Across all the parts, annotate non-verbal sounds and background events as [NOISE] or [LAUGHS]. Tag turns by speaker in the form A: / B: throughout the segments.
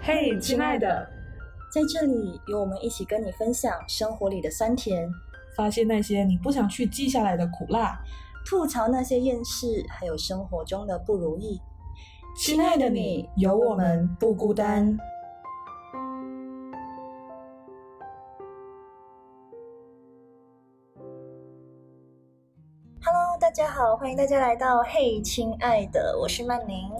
A: 嘿、亲爱的，
B: 在这里有我们一起跟你分享生活里的酸甜，
A: 发现那些你不想去记下来的苦辣。
B: 吐槽那些厌世，还有生活中的不如意。
A: 亲爱的你，有我们不孤单。
B: Hello，大家好，欢迎大家来到《嘿，亲爱的》，我是曼宁。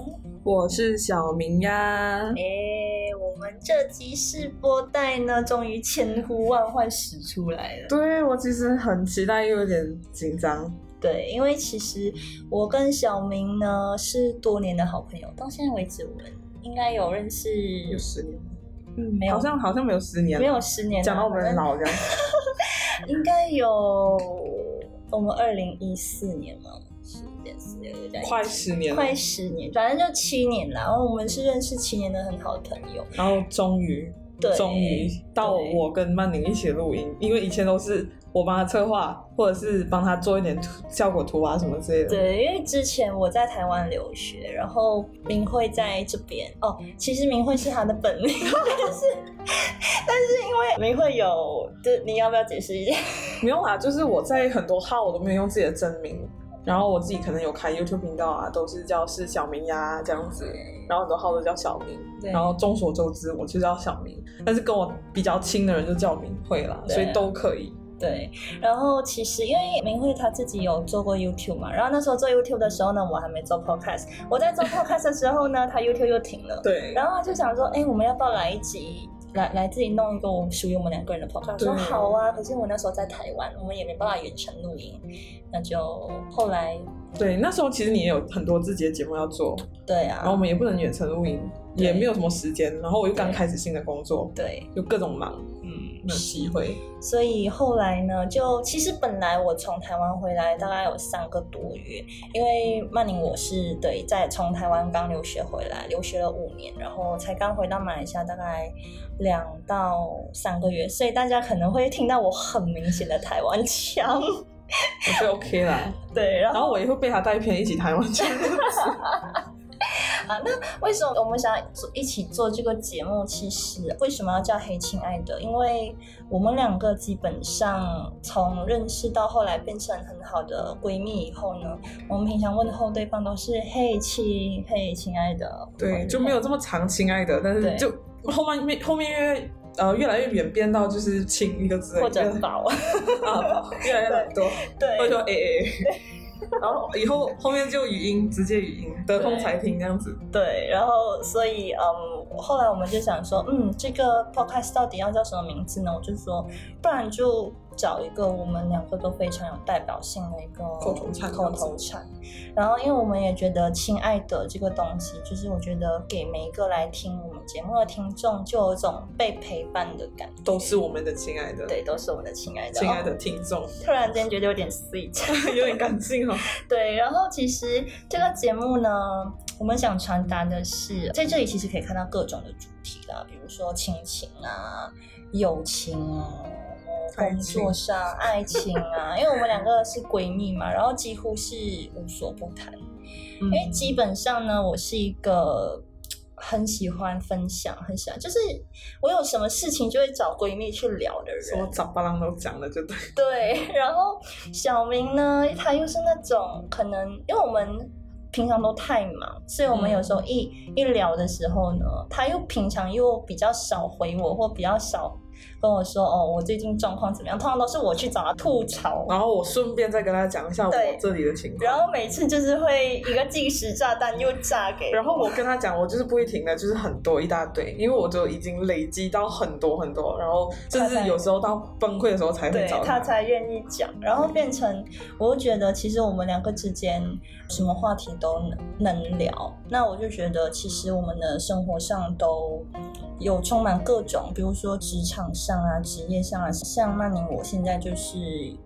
A: 我是小明呀，
B: 诶，我们这集试播带呢，终于千呼万唤始出来了。
A: 对我其实很期待，又有点紧张。
B: 对，因为其实我跟小明呢是多年的好朋友，到现在为止我们应该有认识，
A: 有十年，
B: 嗯，没
A: 好
B: 有，
A: 像好像没有十年，
B: 没有十年了，
A: 讲到我们
B: 反
A: 很
B: 正
A: 老这样。
B: 应该有我们二零一四年嘛，十点四六加一
A: 快十年了
B: 快十年，反正就七年啦。然后我们是认识七年的很好的朋友，
A: 然后终于，
B: 对，
A: 终于到
B: 对
A: 我跟曼宁一起录音，因为以前都是我帮他策划，或者是帮他做一点图效果图啊什么之类的。，
B: 对，因为之前我在台湾留学，然后明慧在这边哦，其实明慧是他的本名， [LAUGHS] 但是但是因为明慧有，对，你要不要解释一下？
A: 没有啦，就是我在很多号我都没有用自己的真名，然后我自己可能有开 YouTube 频道啊，都是叫是小明呀这样子，然后很多号都叫小明。
B: 对
A: 然后众所周知，我就叫小明，但是跟我比较亲的人就叫明慧啦，
B: 对啊
A: 所以都可以。
B: 对，然后其实因为明慧她自己有做过 YouTube 嘛，然后那时候做 YouTube 的时候呢，我还没做 Podcast，我在做 Podcast 的时候呢，她 YouTube 又停了，
A: 对，
B: 然后她就想说，哎，我们要不要来一集？来来自己弄一个我们属于我们两个人的 podcast，我说
A: 对
B: 好啊，可是我那时候在台湾，我们也没办法远程录音，那就后来
A: 对，那时候其实你也有很多自己的节目要做，
B: 对
A: 然后我
B: 啊，
A: 们也不能远程录音，
B: 对
A: 也没有什么时间，然后我又刚开始新的工作，
B: 对，
A: 就各种忙，
B: 嗯
A: 没有机会。
B: 所以后来呢，就其实本来我从台湾回来大概有三个多月，因为曼宁我是对在从台湾刚留学回来，留学了五年，然后才刚回到马来西亚大概两到三个月，所以大家可能会听到我很明显的台湾腔， [LAUGHS]
A: 我觉得 OK 啦，
B: 对，然
A: 然
B: 后
A: 后我也会被他带偏一起台湾去。
B: 为什么我们想要做一起做这个节目？其实为什么要叫《黑亲爱的》？因为我们两个基本上从认识到后来变成很好的闺蜜以后呢，我们平常问候对方都是“嘿亲”“嘿亲爱的”，
A: 对，就没有这么长，亲爱的，但
B: 对
A: 是就后面面后面越呃越来越演变到就是亲一个字，
B: 或者
A: 越来
B: 宝，
A: [LAUGHS] 啊越来越懒惰，或者说
B: 对
A: A A。然后以后后面就语音，直接语音，得空才听这样子。
B: 对，然后所以嗯，后来我们就想说，嗯，这个 podcast 到底要叫什么名字呢？我就说，不然就找一个我们两个都非常有代表性的一个
A: 口头禅
B: 口头禅。然后，因为我们也觉得“亲爱的”这个东西，就是我觉得给每一个来听我们节目的听众，就有一种被陪伴的感觉。
A: 都是我们的亲爱的，
B: 对，都是我们的亲爱的，
A: 亲爱的
B: 哦
A: 听众， [LAUGHS]
B: 突然间觉得有点 sweet。
A: 有点感性哦。
B: 对，然后其实这个节目呢，我们想传达的是，在这里其实可以看到各种的主题啦，比如说亲情啊、友情啊。
A: 爱
B: 工
A: 情
B: 作上、爱情啊，因为我们两个是闺蜜嘛，然后几乎是无所不谈。
A: 嗯
B: 因为基本上呢，我是一个很喜欢分享、很喜欢，就是我有什么事情就会找闺蜜去聊的人。
A: 什么杂巴郎都讲了，就对。
B: 对，然后小明呢，他又是那种可能，因为我们平常都太忙，所以我们
A: 嗯
B: 有时候一、一聊的时候呢，他又平常又比较少回我，或比较少跟我说哦，我最近状况怎么样，通常都是我去找他吐槽。
A: 然后我顺便再跟大家讲一下我
B: 对
A: 这里的情况。
B: 然后每次就是会一个定时炸弹又炸给，
A: 然后我跟他讲，我就是不会停的，就是很多一大堆，因为我就已经累积到很多很多，然后甚至有时候到崩溃的时候才会
B: 对
A: 找
B: 他才愿意讲，然后变成我就觉得其实我们两个之间什么话题都能能聊，那我就觉得其实我们的生活上都有充满各种，比如说职场上啊、职业上啊，像曼宁我现在就是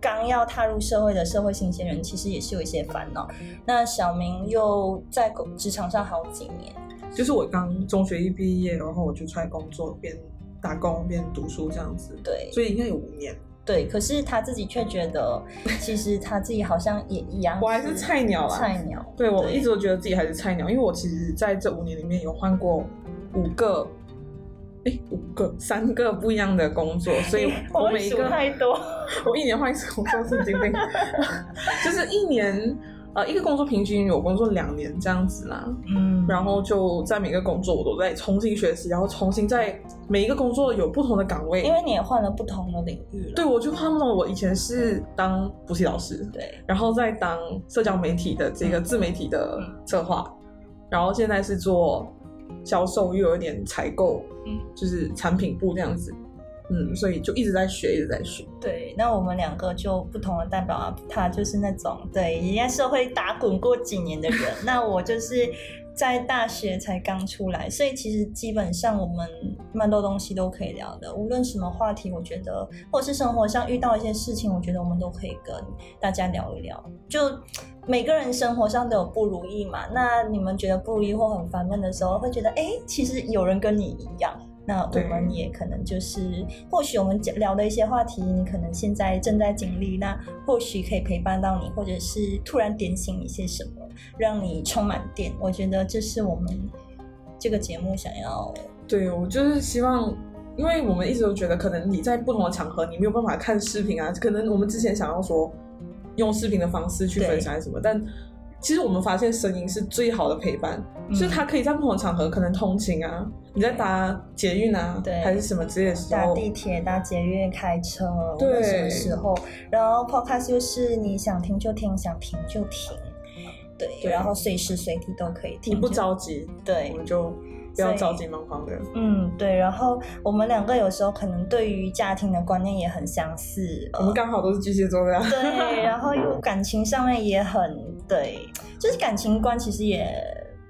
B: 刚要踏入社会的社会新鲜人，其实也是有一些烦恼。那小明又在工职场上好几年，
A: 就是我刚中学一毕业，然后我就出来工作，边打工边读书这样子，
B: 对，
A: 所以应该有五年。
B: 对，可是他自己却觉得，其实他自己好像也一样，
A: 我还是菜鸟啊啦
B: 菜鸟。
A: 对我
B: 对
A: 一直都觉得自己还是菜鸟，因为我其实在这五年里面有换过五个哎五个三个不一样的工作，所
B: [LAUGHS]
A: 以我
B: 会
A: 每一
B: 数
A: 个
B: 太多，
A: [LAUGHS] 我一年换一次工作，神经病， [LAUGHS] 就是一年。呃，一个工作平均有工作两年这样子啦，
B: 嗯
A: 然后就在每个工作我都在重新学习，然后重新在每一个工作有不同的岗位，
B: 因为你也换了不同的领域了，
A: 对我就换了，我以前是当补习老师，
B: 对，
A: 然后再当社交媒体的这个自媒体的策划，然后现在是做销售，又有一点采购，
B: 嗯，
A: 就是产品部这样子，嗯，所以就一直在学，一直在学。
B: 对，那我们两个就不同的代表啊，他就是那种对已经在社会打滚过几年的人，那我就是在大学才刚出来，所以其实基本上我们蛮多东西都可以聊的，无论什么话题，我觉得或者是生活上遇到一些事情，我觉得我们都可以跟大家聊一聊。就每个人生活上都有不如意嘛，那你们觉得不如意或很烦闷的时候，会觉得哎，诶其实有人跟你一样。那我
A: 对
B: 们也可能就是，或许我们讲聊的一些话题，你可能现在正在经历，那或许可以陪伴到你，或者是突然点醒你些什么，让你充满电。我觉得这是我们这个节目想要，
A: 对我就是希望，因为我们一直都觉得，可能你在不同的场合，你没有办法看视频啊，可能我们之前想要说用视频的方式去
B: 对
A: 分享什么，但其实我们发现声音是最好的陪伴。就是
B: 嗯
A: 他可以在不同的场合，可能通勤啊，你在搭捷运啊，
B: 对
A: 还是什么之类的时
B: 搭
A: 候，
B: 地铁、搭捷运、开车，无
A: 对
B: 论什么时候。然后 Podcast 就是你想听就听，想停就停，对，
A: 对
B: 然后随时随地都可以
A: 你
B: 听，
A: 不
B: 就
A: 着急，
B: 对
A: 我，们就不要着急忙慌的。
B: 嗯，对。然后我们两个有时候可能对于家庭的观念也很相似，
A: 我 [LAUGHS] 们
B: 呃、
A: 刚好都是巨蟹座的、啊， [LAUGHS]
B: 对，然后又感情上面也很对，就是感情观其实也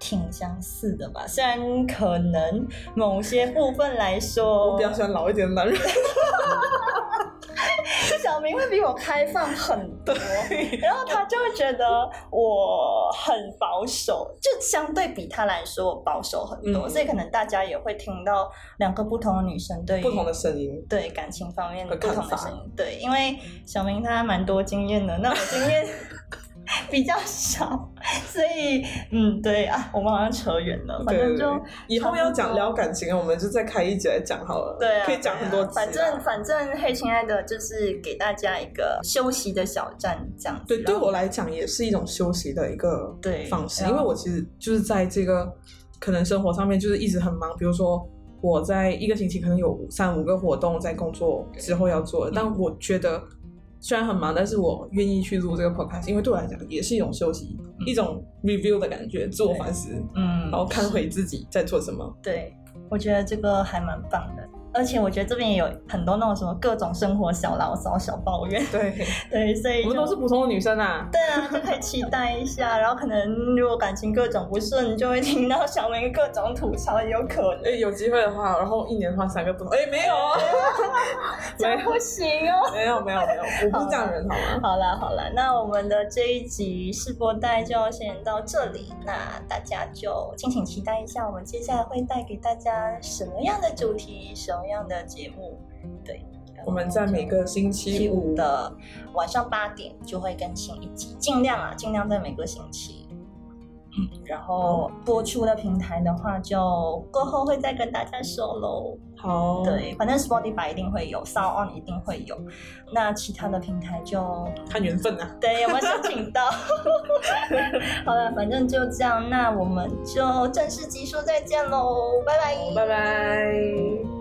B: 挺相似的吧。虽然可能某些部分来说，
A: 我比较喜欢老一点的男人。
B: 小明会比我开放很多，然后他就会觉得我很保守，就相对比他来说我保守很多，
A: 嗯
B: 所以可能大家也会听到两个不同的女生对于
A: 不同的声音，
B: 对感情方面的
A: 和
B: 不
A: 看
B: 同的
A: 法嗯
B: 声音。对，因为小明他蛮多经验的，那我经
A: [LAUGHS]
B: 验比较少，所以嗯，对啊，我们好像扯远了，反
A: 对
B: 正
A: 对
B: 就。
A: 对，以后要讲
B: 差不多
A: 聊感情，我们就再开一集来讲好了。
B: 对啊，
A: 可以讲很多
B: 对啊
A: 集啦。
B: 反正反正，嘿，亲爱的，就是给大家一个休息的小站，这样子。
A: 对，对
B: 然后
A: 我来讲也是一种休息的一个
B: 对
A: 方式，
B: 然
A: 因
B: 后
A: 为我其实就是在这个可能生活上面就是一直很忙，比如说我在一个星期可能有三五个活动在工作之后要做的，
B: 嗯
A: 但我觉得虽然很忙，但是我愿意去录这个 podcast，因为对我来讲也是一种休息，
B: 嗯
A: 一种 review 的感觉，自我反思，
B: 嗯，
A: 然后看回自己在做什么。
B: 对，我觉得这个还蛮棒的。而且我觉得这边也有很多那种什么各种生活小牢骚、小抱怨， [LAUGHS]
A: 对，
B: 对，所以
A: 我们都
B: 就是
A: 普通的女生啊。
B: 对啊，就可以期待一下。然后可能如果感情各种不顺，就会听到小明各种吐槽，也有可
A: [LAUGHS] 哎，
B: 能。
A: 有机会的话，然后一年换三个不同。哎，没有啊，
B: 这样不行哦。
A: [LAUGHS] 没有，没有，没有，我不是这样的人，好啊吗？
B: [LAUGHS] 好啦好啦，那我们的这一集试播带就先到这里，那大家就敬请期待一下，我们接下来会带给大家什么样的主题，什么样的节目？对，
A: 我们在每个星期
B: 期五
A: 五
B: 的晚上八点就会更新一集，尽量啊，尽量在每个星期。嗯，然后播出的平台的话，就过后会再跟大家说喽。
A: 好，
B: 对，反正 Spotify 一定会有，Sound On 一定会有，那其他的平台就
A: 看缘分啊。
B: 对，有没有申请到？好了，反正就这样，那我们就正式集数再见喽，拜拜。
A: 拜拜。